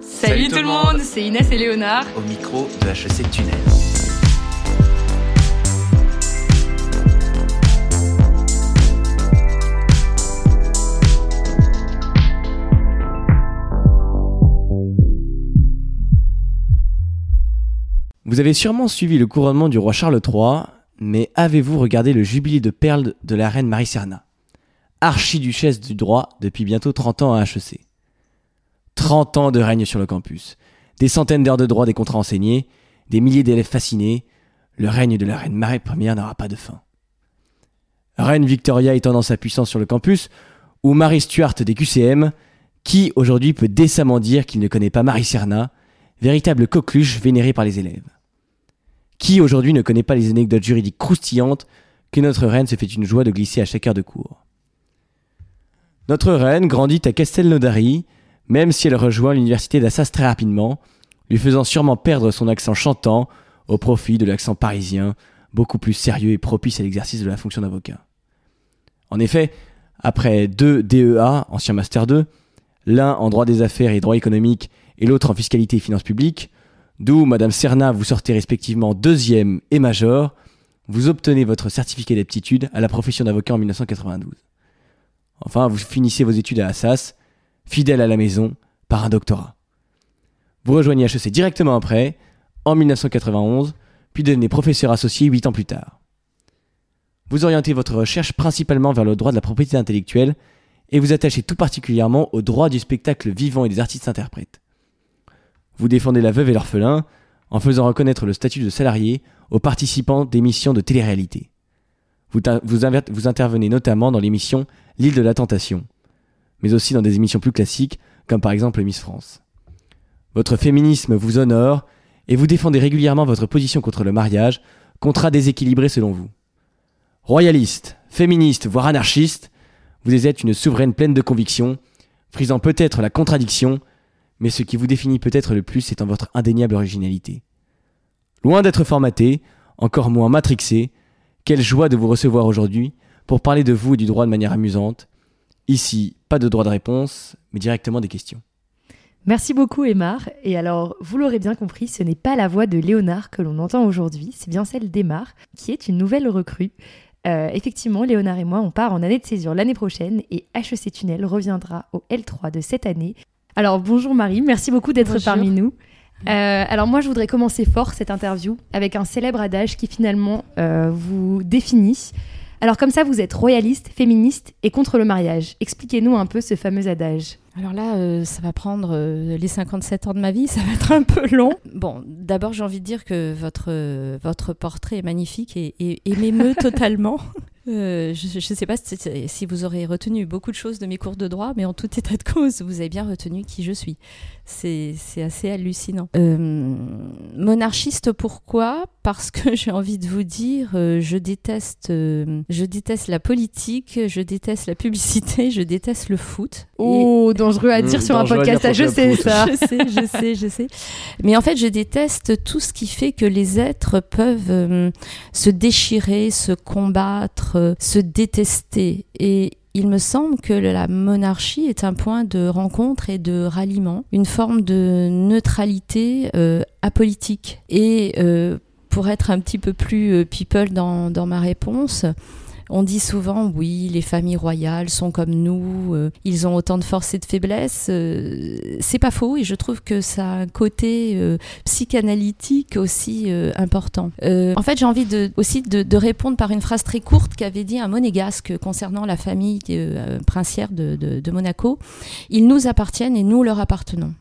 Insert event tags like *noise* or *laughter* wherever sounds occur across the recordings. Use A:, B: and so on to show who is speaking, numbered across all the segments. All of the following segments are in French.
A: Salut, tout le monde, c'est Inès et Léonard.
B: Au micro de HEC Tunnel.
C: Vous avez sûrement suivi le couronnement du roi Charles III, mais avez-vous regardé le jubilé de perles de la reine Marie Serna Archiduchesse du droit depuis bientôt 30 ans à HEC. 30 ans de règne sur le campus, des centaines d'heures de droit des contrats enseignés, des milliers d'élèves fascinés, le règne de la reine Marie Première n'aura pas de fin. Reine Victoria étendant sa puissance sur le campus, ou Marie Stuart des QCM, qui aujourd'hui peut décemment dire qu'il ne connaît pas Marie Serna, véritable coqueluche vénérée par les élèves. Qui aujourd'hui ne connaît pas les anecdotes juridiques croustillantes que notre reine se fait une joie de glisser à chaque heure de cours Notre reine grandit à Castelnaudary, même si elle rejoint l'université d'Assas très rapidement, lui faisant sûrement perdre son accent chantant au profit de l'accent parisien, beaucoup plus sérieux et propice à l'exercice de la fonction d'avocat. En effet, après deux DEA, ancien Master 2, l'un en droit des affaires et droit économique et l'autre en fiscalité et finances publiques, d'où Madame Serna vous sortez respectivement deuxième et major, vous obtenez votre certificat d'aptitude à la profession d'avocat en 1992. Enfin, vous finissez vos études à Assas, fidèle à la maison, par un doctorat. Vous rejoignez HEC directement après, en 1991, puis devenez professeur associé 8 ans plus tard. Vous orientez votre recherche principalement vers le droit de la propriété intellectuelle et vous attachez tout particulièrement au droit du spectacle vivant et des artistes interprètes. Vous défendez la veuve et l'orphelin en faisant reconnaître le statut de salarié aux participants d'émissions de télé-réalité. Vous, ta- vous invert- vous intervenez notamment dans l'émission L'île de la tentation, mais aussi dans des émissions plus classiques comme par exemple Miss France. Votre féminisme vous honore et vous défendez régulièrement votre position contre le mariage, contrat déséquilibré selon vous. Royaliste, féministe, voire anarchiste, vous êtes une souveraine pleine de convictions, frisant peut-être la contradiction, mais ce qui vous définit peut-être le plus étant votre indéniable originalité. Loin d'être formaté, encore moins matrixé, quelle joie de vous recevoir aujourd'hui pour parler de vous et du droit de manière amusante. Ici, pas de droit de réponse, mais directement des questions.
A: Merci beaucoup, Émar.
D: Et alors, vous l'aurez bien compris, ce n'est pas la voix de Léonard que l'on entend aujourd'hui, c'est bien celle d'Emar, qui est une nouvelle recrue. Euh, effectivement, Léonard et moi, on part en année de césure l'année prochaine et HEC Tunnel reviendra au L3 de cette année. Alors, bonjour Marie, merci beaucoup d'être
A: Bonjour.
D: parmi nous. Euh, alors moi, je voudrais commencer fort cette interview avec un célèbre adage qui finalement euh, vous définit. Alors comme ça, vous êtes royaliste, féministe et contre le mariage. Expliquez-nous un peu ce fameux adage.
E: Alors là, euh, ça va prendre euh, les 57 ans de ma vie, *laughs* ça va être un peu long. Bon, d'abord, j'ai envie de dire que votre, euh, votre portrait est magnifique et, et- et m'émeut totalement. Euh, je ne sais pas si, si vous aurez retenu beaucoup de choses de mes cours de droit, mais en tout état de cause, vous avez bien retenu qui je suis. C'est c'est assez hallucinant. Euh, monarchiste, pourquoi Parce que *laughs* j'ai envie de vous dire, euh, je déteste, euh, je déteste la politique, je déteste la publicité, je déteste le foot. Et-
D: Oh, dangereux à dire
C: Mmh,
D: sur un
C: dangereux à
D: podcast,
C: dire
D: ah,
C: pour
D: je
C: le
D: sais
C: pouce.
D: ça.
E: je sais, je sais, je sais. Mais en fait, je déteste tout ce qui fait que les êtres peuvent euh, se déchirer, se combattre, euh, se détester. Et il me semble que la monarchie est un point de rencontre et de ralliement, une forme de neutralité euh, apolitique. Et euh, pour être un petit peu plus euh, people dans, dans ma réponse, on dit souvent, oui, les familles royales sont comme nous, euh, ils ont autant de force et de faiblesse. Euh, c'est pas faux et je trouve que ça a un côté euh, psychanalytique aussi euh, important. Euh, en fait, j'ai envie de, aussi de, de répondre par une phrase très courte qu'avait dit un monégasque concernant la famille euh, princière de, de- de Monaco. Ils nous appartiennent et nous leur appartenons.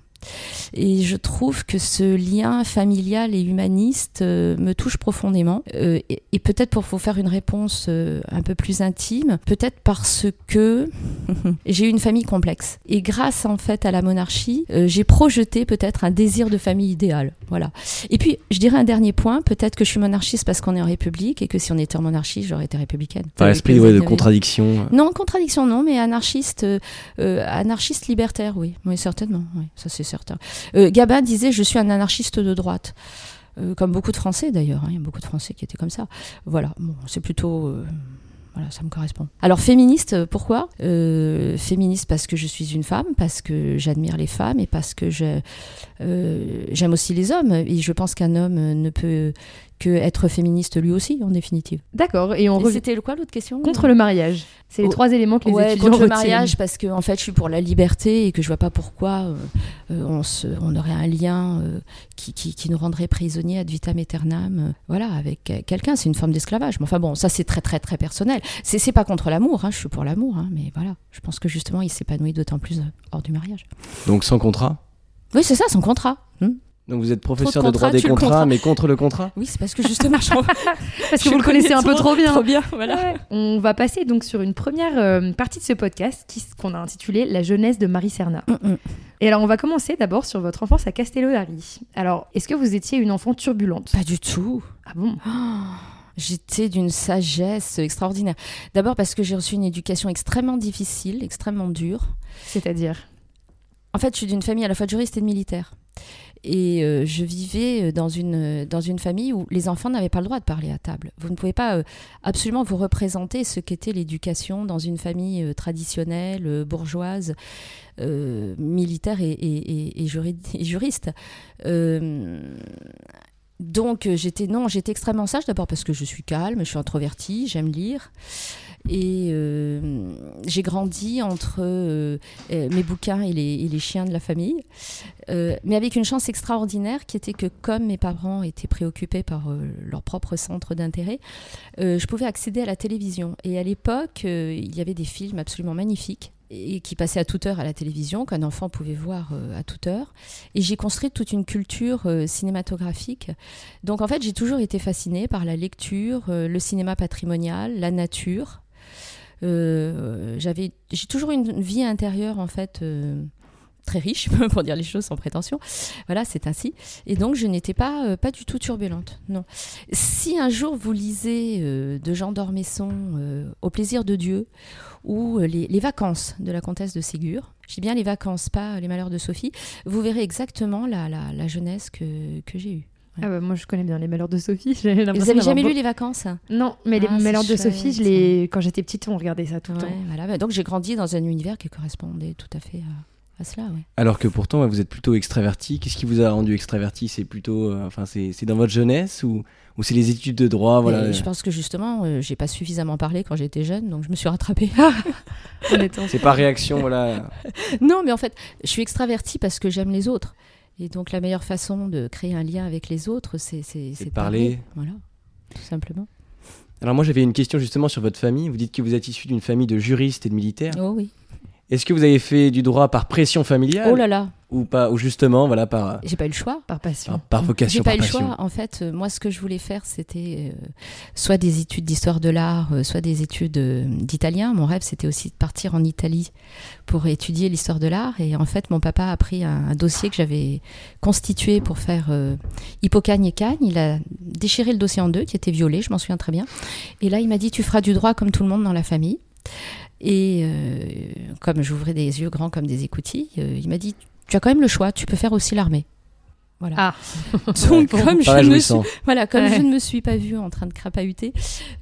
E: Et je trouve que ce lien familial et humaniste euh, me touche profondément. Euh, et et peut-être pour vous faire une réponse euh, un peu plus intime, peut-être parce que *laughs* j'ai eu une famille complexe. Et grâce en fait à la monarchie, euh, j'ai projeté peut-être un désir de famille idéale. Voilà. Et puis, je dirais un dernier point, peut-être que je suis monarchiste parce qu'on est en République et que si on était en monarchie, j'aurais été républicaine.
C: Par l'esprit
E: Euh,
C: ouais, de
E: vous avez-
C: contradiction.
E: non, contradiction, non, mais anarchiste, euh, euh, anarchiste libertaire, oui, oui, certainement, oui, ça c'est certain. Euh, Gabin disait Je suis un anarchiste de droite. Euh, comme beaucoup de Français d'ailleurs, hein, il y a beaucoup de Français qui étaient comme ça. Voilà, bon, c'est plutôt. euh, Voilà, ça me correspond. Alors féministe, pourquoi Euh, Féministe parce que je suis une femme, parce que j'admire les femmes et parce que je, euh, j'aime aussi les hommes. Et je pense qu'un homme ne peut que être féministe lui aussi, en définitive.
D: D'accord, et on
E: Et
D: revient
E: C'était le- quoi l'autre question
D: contre le mariage. C'est les
E: Oh.
D: trois éléments que les
E: Ouais,
D: étudiants
E: contre le
D: retiennent.
E: mariage parce que en fait je suis pour la liberté et que je vois pas pourquoi euh, euh, on, se, on aurait un lien euh, qui, qui, qui nous rendrait prisonniers ad vitam aeternam euh, voilà avec euh, quelqu'un c'est une forme d'esclavage mais enfin bon ça c'est très très très personnel c'est c'est pas contre l'amour hein, je suis pour l'amour hein, mais voilà je pense que justement il s'épanouit d'autant plus euh, hors du mariage
C: euh, Donc sans contrat
E: oui c'est ça son contrat Hmm.
C: Donc vous êtes professeur de,
E: contrats,
C: droit des
E: tu le
C: contrats,
E: contrats.
C: mais contre le contrat
E: oui c'est parce que justement *laughs* je,
D: *laughs* Parce que
E: je
D: vous le connaissez un peu
E: connais
D: trop bien. *laughs*
E: trop bien voilà
D: Ouais. On va passer donc sur une première euh, partie de ce podcast qui- qu'on a intitulé La jeunesse de Marie Serna.
E: Mm, mm.
D: Et alors on va commencer d'abord sur votre enfance à Castellodari. Alors est-ce que vous étiez une enfant turbulente
E: pas du tout
D: Ah bon
E: Mmh. *gasps* J'étais d'une sagesse extraordinaire. D'abord parce que j'ai reçu une éducation extrêmement difficile, extrêmement dure.
D: C'est-à-dire
E: En fait, je suis d'une famille à la fois de juristes et de militaires. Et euh, je vivais euh, dans une, euh, dans une famille où les enfants n'avaient pas le droit de parler à table. Vous ne pouvez pas euh, absolument vous représenter ce qu'était l'éducation dans une famille euh, traditionnelle, euh, bourgeoise, euh, militaire et, et- et- et juri- et juriste. Euh, donc euh, j'étais non, j'étais extrêmement sage d'abord parce que je suis calme, je suis introvertie, j'aime lire et euh, j'ai grandi entre euh, euh, mes bouquins et les, et les chiens de la famille, Euh, mais avec une chance extraordinaire qui était que comme mes parents étaient préoccupés par euh, leur propre centre d'intérêt, euh, je pouvais accéder à la télévision. Et à l'époque, euh, il y avait des films absolument magnifiques et qui passaient à toute heure à la télévision, qu'un enfant pouvait voir euh, à toute heure. Et j'ai construit toute une culture euh, cinématographique. Donc en fait, j'ai toujours été fascinée par la lecture, euh, le cinéma patrimonial, la nature. Euh, j'avais j'ai toujours une une vie intérieure en fait euh, très riche *laughs* pour dire les choses sans prétention voilà c'est ainsi et donc je n'étais pas euh, pas du tout turbulente non si un jour vous lisez euh, de Jean d'Ormesson euh, au plaisir de Dieu ou euh, les, les vacances de la comtesse de Ségur je dis bien les vacances pas les malheurs de Sophie vous verrez exactement la, la, la jeunesse que, que j'ai eue
D: Ah bah moi je connais bien les malheurs de Sophie. J'ai l'impression
E: vous avez
D: d'avoir
E: jamais
D: beau-
E: lu les vacances
D: Non, mais les
E: Ah, c'est
D: malheurs de
E: chouette,
D: Sophie, je les... quand j'étais petite, on regardait ça tout le
E: Ouais,
D: temps.
E: voilà. Bah, donc j'ai grandi dans un univers qui correspondait tout à fait à, à cela ouais.
C: Alors que pourtant, ouais, vous êtes plutôt extraverti. Qu'est-ce qui vous a rendu extraverti C'est plutôt, euh, enfin, c'est c'est dans votre jeunesse ou, ou c'est les études de droit Ah, Voilà.
E: Mais je pense que justement, euh, j'ai pas suffisamment parlé quand j'étais jeune, donc je me suis rattrapée.
D: Honnêtement.
C: C'est par réaction, voilà.
E: non, mais en fait, je suis extravertie parce que j'aime les autres. Et donc, la meilleure façon de créer un lien avec les autres, c'est c'est-
C: C'est
E: c'est
C: de
E: de
C: parler.
E: Voilà, tout simplement.
C: Alors moi, j'avais une question justement sur votre famille. Vous dites que vous êtes issu d'une famille de juristes et de militaires.
E: Oh oui.
C: Est-ce que vous avez fait du droit par pression familiale
E: Oh là là,
C: ou pas Ou justement, voilà, par,
E: j'ai pas eu le choix.
D: Par passion.
C: par, par vocation,
E: J'ai pas
C: par
E: eu le
C: passion
E: choix. En fait, euh, moi, ce que je voulais faire, c'était euh, soit des études d'histoire de l'art, euh, soit des études euh, d'italien. Mon rêve, c'était aussi de partir en Italie pour étudier l'histoire de l'art. Et en fait, mon papa a pris un, un dossier que j'avais constitué pour faire euh, Hippocagne et Cagne. Il a déchiré le dossier en deux, qui était violet, je m'en souviens très bien. Et là, il m'a dit Tu feras du droit comme tout le monde dans la famille. Et euh, comme j'ouvrais des yeux grands comme des écoutilles, euh, il m'a dit Tu as quand même le choix, tu peux faire aussi l'armée. Voilà.
D: Ah.
E: *laughs* Donc, comme je
C: Pas
E: ne me suis
C: réjouissant.
E: voilà, comme
D: Ouais.
E: je ne me suis pas vue en train de crapahuter,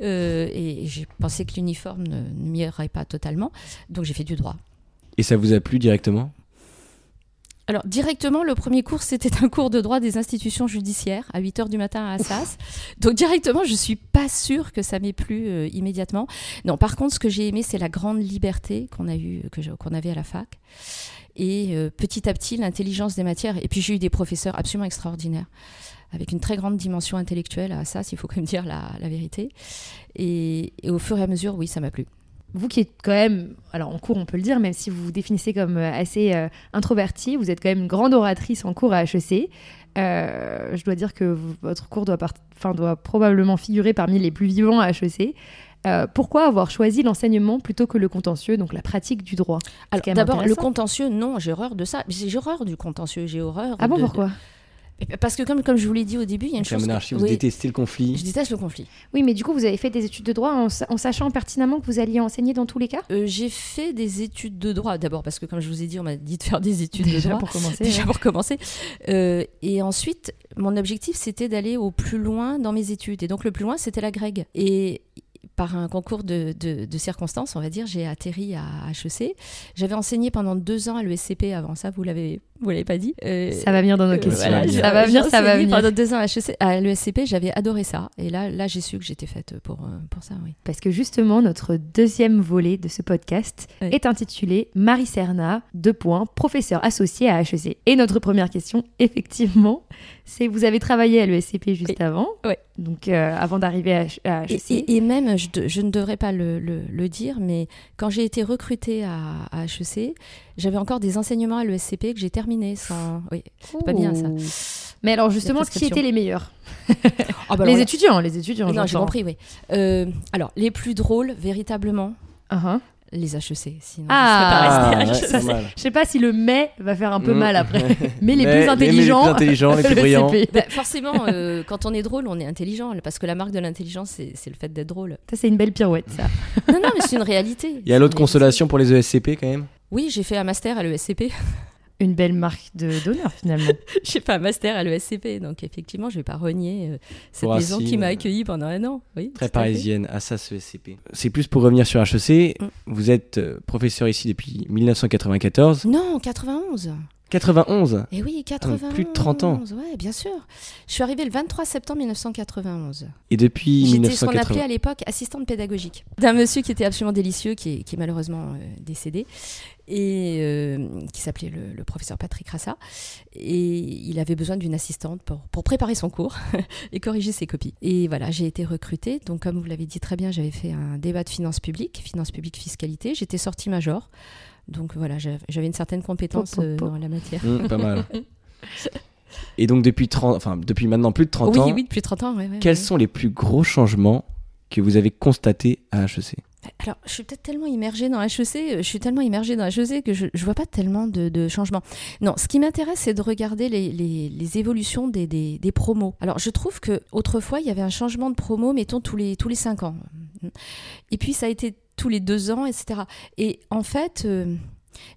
E: euh, et j'ai pensé que l'uniforme ne, ne m'y irait pas totalement, donc j'ai fait du droit.
C: Et ça vous a plu directement
E: Alors, directement, le premier cours, c'était un cours de droit des institutions judiciaires à 8 h du matin à Assas. Donc, directement, je suis pas sûre que ça m'ait plu euh, immédiatement. Non, par contre, ce que j'ai aimé, c'est la grande liberté qu'on a eu, que je- qu'on avait à la fac. Et euh, petit à petit, l'intelligence des matières. Et puis, j'ai eu des professeurs absolument extraordinaires, avec une très grande dimension intellectuelle à Assas, il faut quand même dire la, la vérité. Et, et au fur et à mesure, oui, ça m'a plu.
D: Vous qui êtes quand même, alors en cours on peut le dire, même si vous vous définissez comme euh, assez euh, introvertie, vous êtes quand même une grande oratrice en cours à HEC. Euh, je dois dire que v- votre cours doit, part- enfin, doit probablement figurer parmi les plus vivants à HEC. Euh, pourquoi avoir choisi l'enseignement plutôt que le contentieux, donc la pratique du droit
E: Alors,
D: quand même
E: d'abord, le
D: intéressant.
E: contentieux, non, j'ai horreur de ça. J'ai j'ai horreur du contentieux, j'ai horreur.
D: Ah bon,
E: de-
D: pourquoi
E: Et pa- Parce que comme, comme je vous l'ai dit au début, il y a une
C: Avec la
E: chose... que-
C: monarchie, vous
E: oui,
C: détestez le
E: Je
C: conflit.
E: déteste le conflit.
D: Oui, mais du coup, vous avez fait des études de droit en, sa- en sachant pertinemment que vous alliez enseigner dans tous les cas
E: Euh, j'ai fait des études de droit, d'abord parce que comme je vous ai dit, on m'a dit de faire des études de
D: Déjà
E: droit.
D: pour commencer.
E: Déjà pour commencer. Euh, et ensuite, mon objectif, c'était d'aller au plus loin dans mes études. Et donc, le plus loin, c'était la grecque. Et par un concours de, de, de circonstances, on va dire, j'ai atterri à HEC. J'avais enseigné pendant deux ans à l'ESCP avant ça, vous l'avez vous l'avez pas dit.
D: Euh, ça va venir dans nos questions.
C: voilà,
E: j'ai-
D: ça va
E: j'ai
D: venir, ça va
E: enseigné
D: venir.
E: Pendant deux ans à, HEC, à l'ESCP, j'avais adoré ça. Et là, là j'ai su que j'étais faite pour, euh, pour ça, oui.
D: Parce que justement, notre deuxième volet de ce podcast
E: Oui.
D: est intitulé Marie Serna, deux points, professeur associé à HEC. Et notre première question, effectivement, c'est vous avez travaillé à l'ESCP juste
E: Oui.
D: avant,
E: Oui.
D: donc euh, avant d'arriver à, H- E à
E: Et,
D: HEC.
E: et- et même, je, de- je ne devrais pas le, le- le dire, mais quand j'ai été recrutée à, à HEC, j'avais encore des enseignements à l'ESCP que j'ai terminés sans. Oui. pas bien, ça.
D: Mais alors justement, qui
E: prescriptions.
D: étaient les meilleurs
E: Ah, bah alors
D: Les
E: là-
D: étudiants, les étudiants.
E: Non, j'ai
D: j'entends.
E: compris, oui. Euh, alors, les plus drôles, véritablement,
D: Ah, hein.
E: les HEC. Sinon,
D: Ah,
E: je ne serais pas restée à
D: ouais,
E: HEC.
D: ça, c'est- Je sais pas si le mais va faire un peu mal
C: *laughs*
D: après, mais les
C: Mm. Mais
D: plus
C: Les
D: intelligents.
C: plus intelligents,
D: *laughs*
E: *laughs*
C: les plus
D: le
C: brillants.
D: CP.
E: Bah, forcément, euh, quand on est drôle, on est intelligent, parce que la marque de l'intelligence, c'est c'est le fait d'être drôle.
D: Ça, c'est une belle pirouette, ça.
E: Non, non, mais c'est une réalité.
C: Il y a l'autre
E: C'est une réalité.
C: consolation pour les E ESCP quand même.
E: Oui, j'ai fait un master à l'ESCP.
D: Une belle marque de d'honneur, finalement.
E: *laughs* j'ai fait un master à l'ESCP, donc effectivement, je vais pas renier euh,
C: Racine.
E: cette
C: euh,
E: maison qui m'a accueilli pendant un an. Oui,
C: Très
E: tout à fait.
C: parisienne, à ça ce ESCP. C'est plus pour revenir sur HEC.
E: Mm.
C: Vous êtes euh, professeur ici depuis 1994.
E: Non, 91.
C: 91
E: Eh oui,
C: Ah, donc
E: 91.
C: plus de 30 ans.
E: Ouais, bien sûr. Je suis arrivée le 23 septembre 1991.
C: Et depuis
E: J'étais ce qu'on
C: 1980.
E: appelait à l'époque assistante pédagogique d'un monsieur qui était absolument délicieux, qui est, qui est malheureusement euh, décédé, et euh, qui s'appelait le, le professeur Patrick Rassa. Et il avait besoin d'une assistante pour, pour préparer son cours *laughs* et corriger ses copies. Et voilà, j'ai été recrutée. Donc, comme vous l'avez dit très bien, j'avais fait un débat de finances publiques, finances publiques fiscalité. J'étais sortie major. Donc voilà, j'avais j'avais une certaine compétence
D: Pop, pop,
E: euh,
D: pop.
E: dans la matière.
C: Mm, pas mal. Et donc depuis 30, enfin depuis maintenant plus de 30 ans,
E: Oui, oui, depuis 30 ans. ouais, ouais,
C: quels
E: ouais.
C: sont les plus gros changements que vous avez constatés à E HEC
E: Bah, Alors, je suis peut-être tellement immergée dans HEC, euh, je suis tellement immergée dans HEC que je ne vois pas tellement de, de changements. Non, ce qui m'intéresse, c'est de regarder les, les- les évolutions des, des- des promos. Alors, je trouve que autrefois, il y avait un changement de promo, mettons, tous les, tous les cinq ans. Et puis, ça a été tous les deux ans, etc. Et en fait, euh,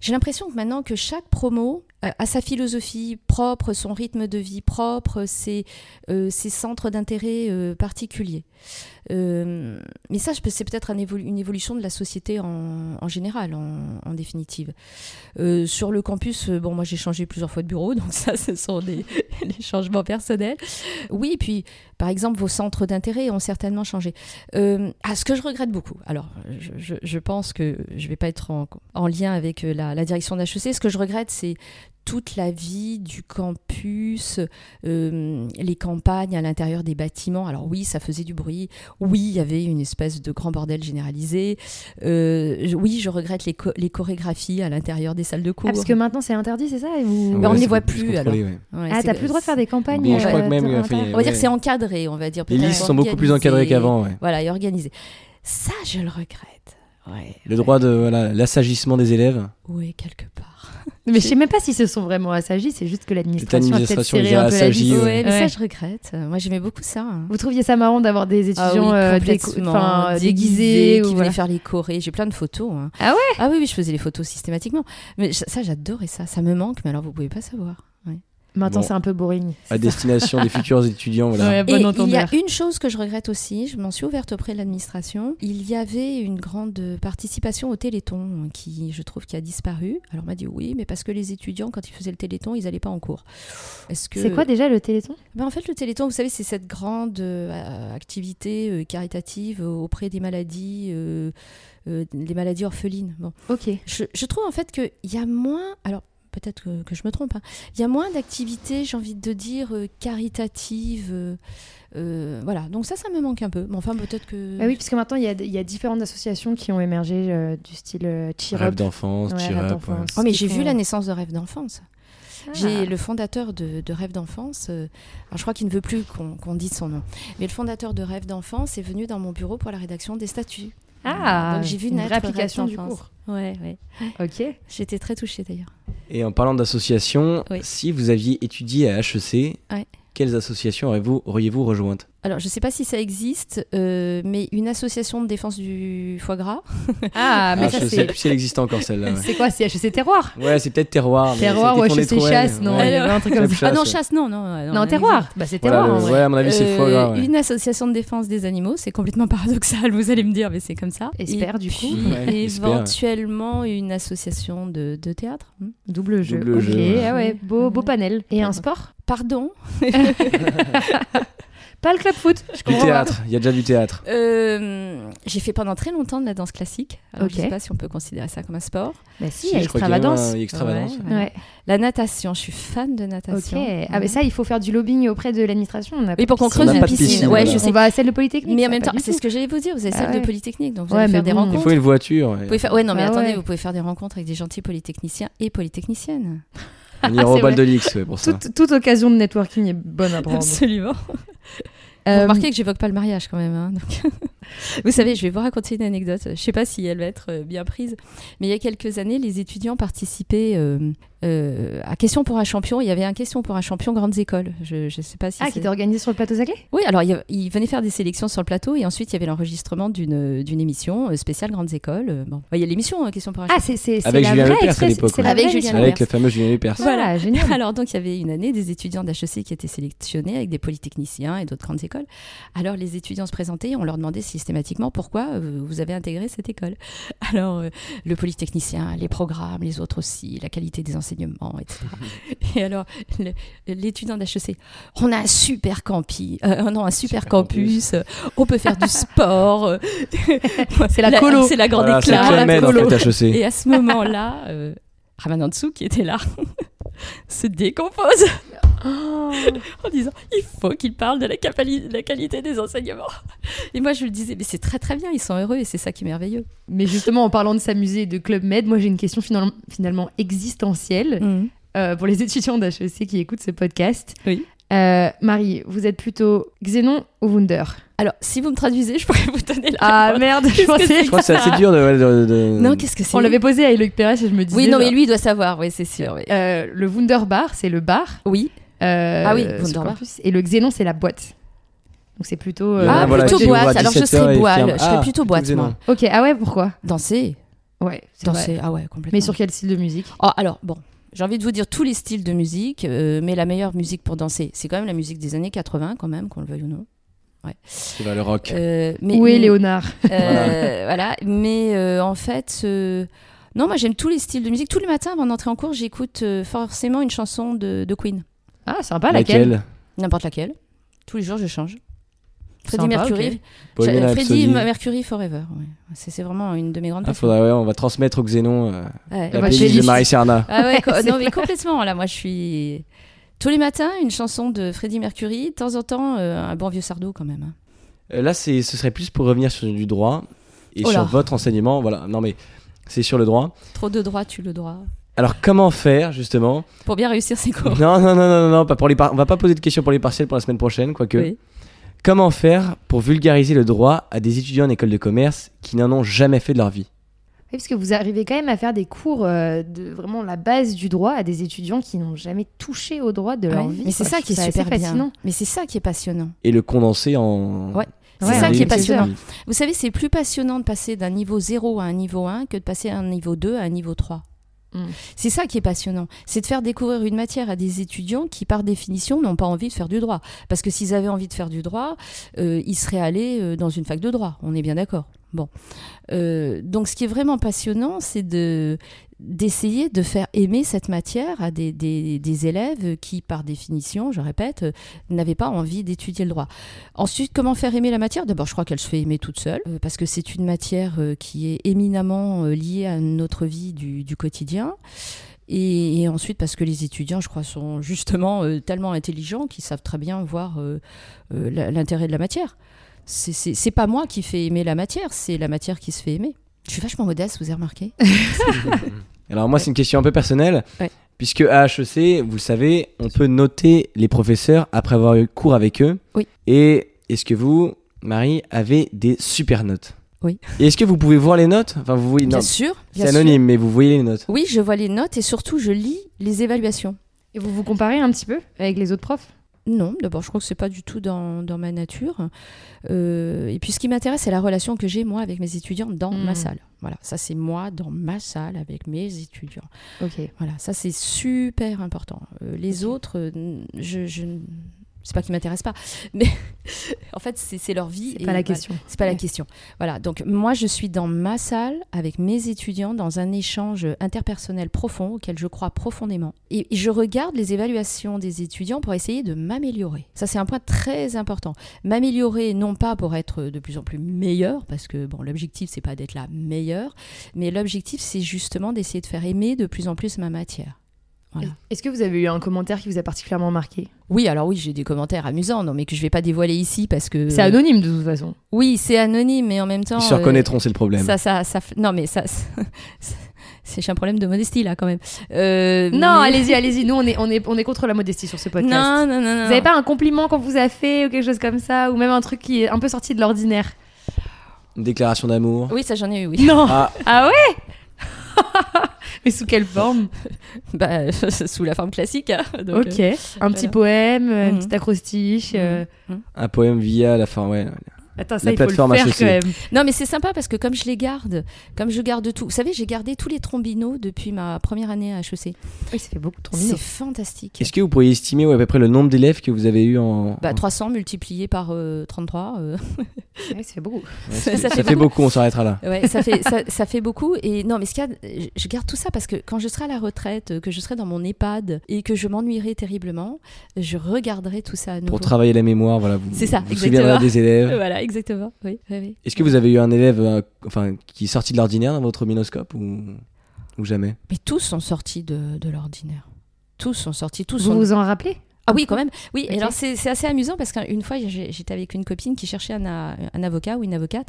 E: j'ai l'impression que maintenant que chaque promo euh, a sa philosophie propre, son rythme de vie propre, ses, euh, ses centres d'intérêt euh, particuliers. Euh, mais ça, je peux- c'est peut-être un évolu- une évolution de la société en, en général, en, en définitive. Euh, sur le campus, euh, bon, moi j'ai changé plusieurs fois de bureau, *laughs* donc ça, ce sont des, *laughs* des changements personnels. Oui, et puis, par exemple, vos centres d'intérêt ont certainement changé. Euh, ah, ce que je regrette beaucoup, alors je, je- je pense que je vais pas être en, en lien avec euh, la, la direction d'HEC, ce que je regrette, c'est toute la vie du campus, euh, les campagnes à l'intérieur des bâtiments. Alors oui, ça faisait du bruit, oui, il y avait une espèce de grand bordel généralisé. Euh, je- oui, je regrette les, cho- les chorégraphies à l'intérieur des salles de cours.
D: Ah, parce que maintenant, c'est interdit, c'est ça et vous...
E: Bah, on
C: Ouais,
E: les
C: c'est
E: voit
C: beaucoup
E: plus,
C: contrôlé, ouais.
E: Ouais,
D: Ah,
E: c'est-
D: t'as plus le droit de faire des campagnes euh,
C: Bon, je crois que même, euh,
D: dans-
C: il a fait-
D: dans-
E: euh, On va dire que
C: Ouais.
E: c'est encadré, on va dire.
C: Les
E: peut-être
C: listes sont beaucoup plus encadrées
E: organisé.
C: qu'avant. ouais.
E: Voilà, et organisé. Ça, je le regrette. Ouais,
C: Le droit de voilà, l'assagissement des
E: *laughs*
C: élèves.
E: Oui, quelque part.
D: Mais je sais même pas si ce sont vraiment assagis, c'est juste que l'administration a peut-être
C: L'administration
D: serré
C: les a
D: un peu la
C: assagis,
E: Oui,
C: Oui,
D: vis.
C: ouais.
E: mais ça,
D: Ouais.
E: je regrette. Euh, Moi, j'aimais beaucoup ça. hein.
D: Vous trouviez ça marrant d'avoir des
E: Ah oui,
D: étudiants euh, déco-
E: complètement,
D: enfin, euh, déguisés
E: qui
D: ou
E: venaient
D: voilà.
E: faire les chorés. J'ai plein de photos. hein.
D: Ah
E: ouais Ah oui, oui, je faisais les photos systématiquement. Mais ça, ça, j'adorais ça. Ça me manque, mais alors vous pouvez pas savoir. Ouais.
D: Maintenant,
C: Bon.
D: c'est un peu boring.
C: à destination des futurs étudiants. Voilà.
D: Ouais,
E: Et
D: bon
E: il y a
D: entendeur.
E: une chose que je regrette aussi, je m'en suis ouverte auprès de l'administration. Il y avait une grande participation au Téléthon qui, je trouve, qui a disparu. Alors on m'a dit oui, mais parce que les étudiants, quand ils faisaient le Téléthon, ils n'allaient pas en cours. Est-ce que
D: C'est quoi déjà le téléthon
E: Ben, en fait, le Téléthon, vous savez, c'est cette grande euh, activité euh, caritative auprès des maladies, euh, euh, des maladies orphelines. Bon.
D: Ok.
E: Je, je trouve en fait qu'il y a moins. Alors, peut-être que, que je me trompe, hein. il y a moins d'activités, j'ai envie de dire, euh, caritatives. euh, euh, voilà, donc ça, ça me manque un peu. Mais enfin, peut-être que.
D: Bah oui, puisque maintenant, il y a- il y, a différentes associations qui ont émergé euh, du style euh, cheer
C: Rêve
D: up.
C: d'enfance,
D: Ouais,
C: cheer
D: rêve
C: up, ouais.
D: d'enfance.
E: Oh, mais
D: Qui
E: j'ai
D: font-
E: vu la naissance de Rêve d'enfance.
D: Ah.
E: J'ai le fondateur de, de Rêve d'enfance. euh, alors, je crois qu'il ne veut plus qu'on qu'on dise son nom. Mais le fondateur de Rêve d'enfance est venu dans mon bureau pour la rédaction des statuts.
D: Ah,
E: Donc, j'ai vu
D: une
E: naître
D: réapplication
E: Rêve
D: du
E: d'enfance.
D: cours.
E: Ouais, ouais.
D: Ok.
E: J'étais très touchée d'ailleurs.
C: Et en parlant d'associations,
E: Oui.
C: si vous aviez étudié à E HEC,
E: Ouais.
C: quelles associations auriez-vous auriez rejointes
E: alors je ne sais pas si ça existe, euh, mais une association de défense du foie gras.
D: Ah, mais
C: Ah,
D: ça,
C: je sais
D: c'est.
C: plus si elle existe encore
E: *laughs*
C: celle-là. Ouais,
D: C'est quoi C'est HEC Terroir
C: Ouais, c'est peut-être terroir. mais
D: Terroir
C: c'était
D: ou
C: qu'on les
D: HEC
C: trouvait,
D: Chasse, non
C: ouais.
D: il y avait un truc comme ça.
E: ah non,
C: Chasse, ouais.
E: chasse, non, non.
D: Non, Terroir Bah, c'est
C: Voilà,
D: Terroir
C: le-
D: en vrai.
C: ouais, à mon avis, Ah c'est le foie gras. ouais.
E: Euh, Une association de défense des animaux, c'est complètement paradoxal, vous allez me dire, mais c'est comme ça.
D: Espère, du coup.
E: puis,
C: Ouais, espère, ouais.
E: éventuellement une association de, de théâtre. hmm.
D: Double jeu.
C: Double
D: ok,
C: jeu, ouais.
D: ah ouais, beau, beau panel. Et un sport
E: Pardon
D: Pas le club foot. Je
C: Du
D: comprends pas.
C: théâtre, il y a déjà du théâtre.
E: Euh, J'ai fait pendant très longtemps de la danse classique. Alors, Je
D: Ok.
E: sais pas si on peut considérer ça comme un sport.
D: Bah
C: Si,
D: si, il y a
C: je crois qu'il y a même
D: extravagance.
C: un- il y a extravagance.
E: Ouais, ouais.
D: Ouais.
E: La natation, je suis fan de
D: Ok.
E: natation. Hmm.
D: Ah mais ça, il faut faire du lobbying auprès de l'administration. On a
E: Oui, pour qu'on
D: piscine.
E: creuse
C: On a
E: une
C: pas de
E: piscine.
C: piscine,
E: ouais,
C: voilà.
E: je sais.
D: On va à celle de Polytechnique.
E: Mais en
D: ça,
E: même
D: pas
E: temps,
D: du
E: c'est
D: tout.
E: ce que j'allais vous dire. Vous avez
D: Ah
E: celle
D: ouais.
E: de Polytechnique, donc vous
D: Ouais,
E: allez faire
D: mais
E: des
D: bon.
C: Il
E: rencontres.
C: faut une voiture. ouais.
E: Vous pouvez faire... Ouais, non, mais
D: Ah
E: attendez,
D: ouais.
E: vous pouvez faire des rencontres avec des gentils polytechniciens et polytechniciennes.
C: On ira au
D: C'est
C: bal
D: vrai.
C: de l'X ouais, pour ça.
D: Toute, toute occasion de networking est bonne à prendre.
E: Absolument.
D: Euh,
E: *laughs* Vous remarquez que j'évoque pas le mariage quand même. hein, donc. *laughs* vous savez, je vais vous raconter une anecdote. Je sais pas si elle va être euh, bien prise, mais il y a quelques années, les étudiants participaient euh, euh, à Question pour un champion. Il y avait un Question pour un champion grandes écoles. Je je sais pas si
D: Ah,
E: c'est-
D: qui était organisé sur le plateau Zaglé
E: Oui, alors il, y a- il venait faire des sélections sur le plateau et ensuite il y avait l'enregistrement d'une d'une émission euh, spéciale Grandes Écoles. Euh, Bon, il y a l'émission euh, Question pour un
D: Ah, c'est c'est c'est
C: Avec
D: la
C: Julien
D: vraie
C: Lepers, à
D: express-
C: l'époque,
D: c'est
C: ouais.
D: la
E: Avec
D: vraie
E: Julien
D: express-
E: Lepers.
C: Avec le fameux Julien Lepers.
D: Voilà, génial.
E: Alors donc il y avait une année des étudiants d'HEC qui étaient sélectionnés avec des polytechniciens et d'autres grandes écoles. Alors les étudiants se présentaient et on leur demandait systématiquement pourquoi euh, vous avez intégré cette école. *laughs* Alors euh, le polytechnicien, les programmes, les autres aussi, la qualité des enseignements, etc.
D: *laughs*
E: et alors le- l'étudiant d'HEC, on a un super campi, euh, non un super,
C: Super
E: campus, euh, on peut faire du
D: *laughs*
E: sport. *laughs* euh,
D: C'est la colo.
E: c'est la grande
C: Voilà, c'est
E: éclat. la
C: Club Med, en
E: colo.
C: fait, HEC.
E: Et à ce *laughs* moment-là, euh, Ramanantsu, qui était là, *laughs* se décompose en disant il faut qu'il parle de la, capali- la qualité des enseignements. Et moi, je lui disais mais c'est très très bien, ils sont heureux et c'est ça qui est merveilleux.
D: Mais justement, en parlant de s'amuser et de Club Med, moi j'ai une question finalement, finalement existentielle
E: Mm.
D: euh, pour les étudiants d'HEC qui écoutent ce podcast.
E: Oui.
D: Euh, Marie, vous êtes plutôt Xénon ou Wunder Ah,
E: Alors, si vous me traduisez, je pourrais vous donner la *laughs* réponse.
D: merde,
E: Qu'est-ce que c'est
C: Je crois que c'est assez dur de. de- de-
E: Ah, Non, qu'est-ce que c'est
D: On l'avait posé à Éloïc Pérez et je me disais.
E: Oui, non, mais
D: genre,
E: lui, il doit savoir, oui, c'est sûr. oui.
D: euh, le Wunderbar, c'est le bar.
E: Oui.
D: euh,
E: Ah oui,
D: sur
E: Wunderbar.
D: campus, et le Xénon, c'est la boîte. Donc c'est plutôt. euh,
C: Ah,
E: ah,
C: voilà,
E: plutôt
C: qui ouvre à
E: boîte. Alors, je
C: 17 heures
E: serais
C: et
E: boîte.
C: ferme.
E: Je serais
C: Ah,
E: plutôt
C: plutôt
E: boîte,
C: Xénon.
E: moi.
D: Ok, ah ouais, pourquoi
E: Danser.
D: Ouais, c'est vrai.
E: Danser. Ah ouais, complètement.
D: Mais sur quel style de musique
E: Oh, alors, bon, j'ai envie de vous dire tous les styles de musique, euh, mais la meilleure musique pour danser, c'est quand même la musique des années 80, quand même, qu'on le veuille ou non.
C: Tu vas le rock.
E: Euh, mais,
D: Où est
E: mais-
D: Léonard
E: euh, voilà. mais euh, en fait, euh, non, moi j'aime tous les styles de musique. Tous les matins, avant d'entrer en cours, j'écoute euh, forcément une chanson de, de Queen,
D: Ah, sympa, laquelle
E: n'importe laquelle. Tous les jours, je change. Freddie
D: Sympa,
E: Mercury,
D: ok.
E: J'ai-
C: Bohemian
E: Freddie
C: Rhapsody.
E: Mercury Forever. ouais. C'est c'est vraiment une de mes grandes
C: Ah,
E: passions.
C: faudra- ouais, on va transmettre au Xénon euh, la
D: bah,
E: Ouais.
C: playlist
D: playlist.
C: de Marie Serna. *laughs*
E: Ah ouais, co-
D: C'est
E: non mais complètement. Là, moi, je suis tous les matins une chanson de Freddie Mercury, de temps en temps euh, un bon vieux Sardou quand même. hein.
C: Euh, Là, c'est- ce serait plus pour revenir sur du droit et
E: Oh là.
C: sur votre enseignement. Voilà, non mais c'est sur le droit.
E: Trop de droit, tu le droit.
C: Alors, comment faire justement
E: *laughs* Pour bien réussir ses
C: Non,
E: cours.
C: non, non, non, non, non, pas pour les par- on va pas poser de questions pour les partiels pour la semaine prochaine, quoique.
E: Oui.
C: Comment faire pour vulgariser le droit à des étudiants en école de commerce qui n'en ont jamais fait de leur vie
D: Oui, parce que vous arrivez quand même à faire des cours euh, de vraiment la base du droit à des étudiants qui n'ont jamais touché au droit de
E: Ouais.
D: leur vie.
E: Mais c'est
D: quoi.
E: ça
D: Je
E: qui
D: trouve
E: est
D: assez
E: super bien.
D: fascinant.
E: Mais c'est ça qui est passionnant.
C: et le condenser en.
E: Ouais,
C: en
E: c'est ça
C: un
E: qui est
C: livre.
E: passionnant. Vous savez, c'est plus passionnant de passer d'un niveau 0 à un niveau 1 que de passer d'un niveau 2 à un niveau 3.
D: Mm.
E: C'est ça qui est passionnant, c'est de faire découvrir une matière à des étudiants qui, par définition, n'ont pas envie de faire du droit. Parce que s'ils avaient envie de faire du droit, euh, ils seraient allés euh, dans une fac de droit, on est bien d'accord. Bon. Euh, donc ce qui est vraiment passionnant, c'est de d'essayer de faire aimer cette matière à des, des- des élèves qui, par définition, je répète, euh, n'avaient pas envie d'étudier le droit. Ensuite, comment faire aimer la matière D'abord, je crois qu'elle se fait aimer toute seule, euh, parce que c'est une matière euh, qui est éminemment euh, liée à notre vie du, du quotidien. Et, et ensuite, parce que les étudiants, je crois, sont justement euh, tellement intelligents qu'ils savent très bien voir euh, euh, la- l'intérêt de la matière. C'est- C'est c'est pas moi qui fais aimer la matière, c'est la matière qui se fait aimer. Je suis vachement modeste, vous avez remarqué
C: Alors moi, c'est une question un peu personnelle,
E: Ouais.
C: puisque à HEC, vous le savez, on peut noter les professeurs après avoir eu cours avec eux.
E: Oui.
C: Et est-ce que vous, Marie, avez des super notes
E: Oui.
C: Et est-ce que vous pouvez voir les notes Enfin, vous voyez, non,
E: Bien sûr.
C: c'est
E: bien sûr.
C: anonyme, mais vous voyez les notes.
E: Oui, je vois les notes et surtout, je lis les évaluations.
D: Et vous vous comparez un petit peu avec les autres profs
E: Non, d'abord, je crois que c'est pas du tout dans, dans ma nature. Euh, et puis, ce qui m'intéresse, c'est la relation que j'ai, moi, avec mes étudiants dans
D: Mhm.
E: ma salle. Voilà, ça, c'est moi dans ma salle avec mes étudiants.
D: Ok.
E: Voilà, ça, c'est super important. Euh, les autres, euh, n- je. je n- c'est pas qu'ils m'intéressent pas, mais *laughs* en fait, c'est c'est leur vie.
D: C'est
E: et
D: pas la
E: voilà.
D: question.
E: C'est pas la
D: Ouais.
E: question. Voilà, donc moi je suis dans ma salle avec mes étudiants dans un échange interpersonnel profond auquel je crois profondément. Et et je regarde les évaluations des étudiants pour essayer de m'améliorer. Ça c'est un point très important. M'améliorer non pas pour être de plus en plus meilleur parce que bon l'objectif c'est pas d'être la meilleure, mais l'objectif c'est justement d'essayer de faire aimer de plus en plus ma matière. Voilà.
D: Est-ce que vous avez eu un commentaire qui vous a particulièrement marqué
E: Oui, alors oui, j'ai des commentaires amusants, non mais que je vais pas dévoiler ici parce que
D: C'est anonyme de toute façon.
E: Oui, c'est anonyme mais en même temps
C: Ils se
E: euh,
C: reconnaîtront, c'est le problème.
E: Ça, ça, ça, f- non, mais ça, *laughs* ça- c'est j'ai un problème de modestie là quand même. Euh,
D: Non,
E: mais-
D: allez-y, allez-y. Nous, on est, on, est, on est contre la modestie sur ce podcast.
E: Non, non, non, non.
D: Vous avez pas un compliment qu'on vous a fait ou quelque chose comme ça Ou même un truc qui est un peu sorti de l'ordinaire
C: Une déclaration d'amour.
E: Oui, ça j'en ai eu, oui.
D: Non
C: Ah,
D: Ah ouais *laughs* Mais sous quelle forme
E: *laughs* Bah, *laughs* sous la forme classique. hein, donc,
D: Ok.
E: euh,
D: Un petit poème, euh, une
E: Mhm.
D: petite acrostiche. euh,
C: un poème via la fin, ouais.
D: Attends, ça,
C: La
D: il faut le faire
C: plateforme
D: quand
C: associée.
D: même.
E: Non, mais c'est sympa parce que comme je les garde, comme je garde tout. Vous savez, j'ai gardé tous les trombinos depuis ma première année à HEC.
D: Oui, ça fait beaucoup trop
E: C'est
D: mignon.
E: fantastique.
C: Est-ce que vous pourriez estimer ouais, à peu près le nombre d'élèves que vous avez eu en.
E: Bah, 300 multiplié par euh, 33. euh,
D: Ouais, ça fait beaucoup.
C: Ouais, ça,
E: *laughs*
C: ça
E: ça fait
C: fait beaucoup, on s'arrêtera là.
E: Ouais, ça fait, ça, ça fait beaucoup. Et non, mais ce qu'il y a, je- je garde tout ça parce que quand je serai à la retraite, que je serai dans mon EHPAD et que je m'ennuierai terriblement, je regarderai tout ça à nouveau.
C: Pour travailler la mémoire, voilà. Vous,
E: C'est ça,
C: vous vous
E: exactement.
C: souviendrez des élèves.
E: Voilà, exactement. Oui, oui, oui.
C: Est-ce que vous avez eu un élève euh, enfin, qui est sorti de l'ordinaire dans votre minoscope ou, ou jamais
E: Mais tous sont sortis de, de l'ordinaire. Tous sont sortis, tous
D: Vous
E: sont
D: vous en rappelez
E: Ah oui, quand même. Oui, et
D: Ok.
E: alors c'est c'est assez amusant parce qu'une fois, j'ai- j'étais avec une copine qui cherchait un, a- un avocat ou une avocate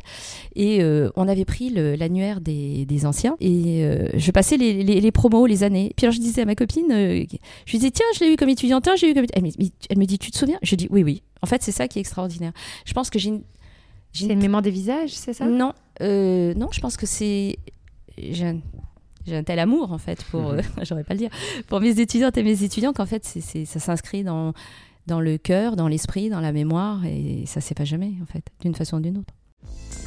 E: et euh, on avait pris le- l'annuaire des, des anciens et euh, je passais les, les- les promos, les années. Puis alors je disais à ma copine, euh, je lui disais, tiens, je l'ai eu comme étudiante, tiens, j'ai eu comme... étudiante. Elle me, dit- elle me dit, tu te souviens Je dis, oui, oui. En fait, c'est ça qui est extraordinaire. Je pense que j'ai une... j'ai
D: C'est une mémoire des visages, c'est ça
E: Non, euh, non, je pense que c'est j'ai un, j'ai un tel amour en fait pour euh, *laughs* j'aurais pas le dire pour mes étudiantes et mes étudiants qu'en fait c'est c'est- ça s'inscrit dans dans le cœur, dans l'esprit, dans la mémoire et ça s'efface jamais en fait d'une façon ou d'une autre.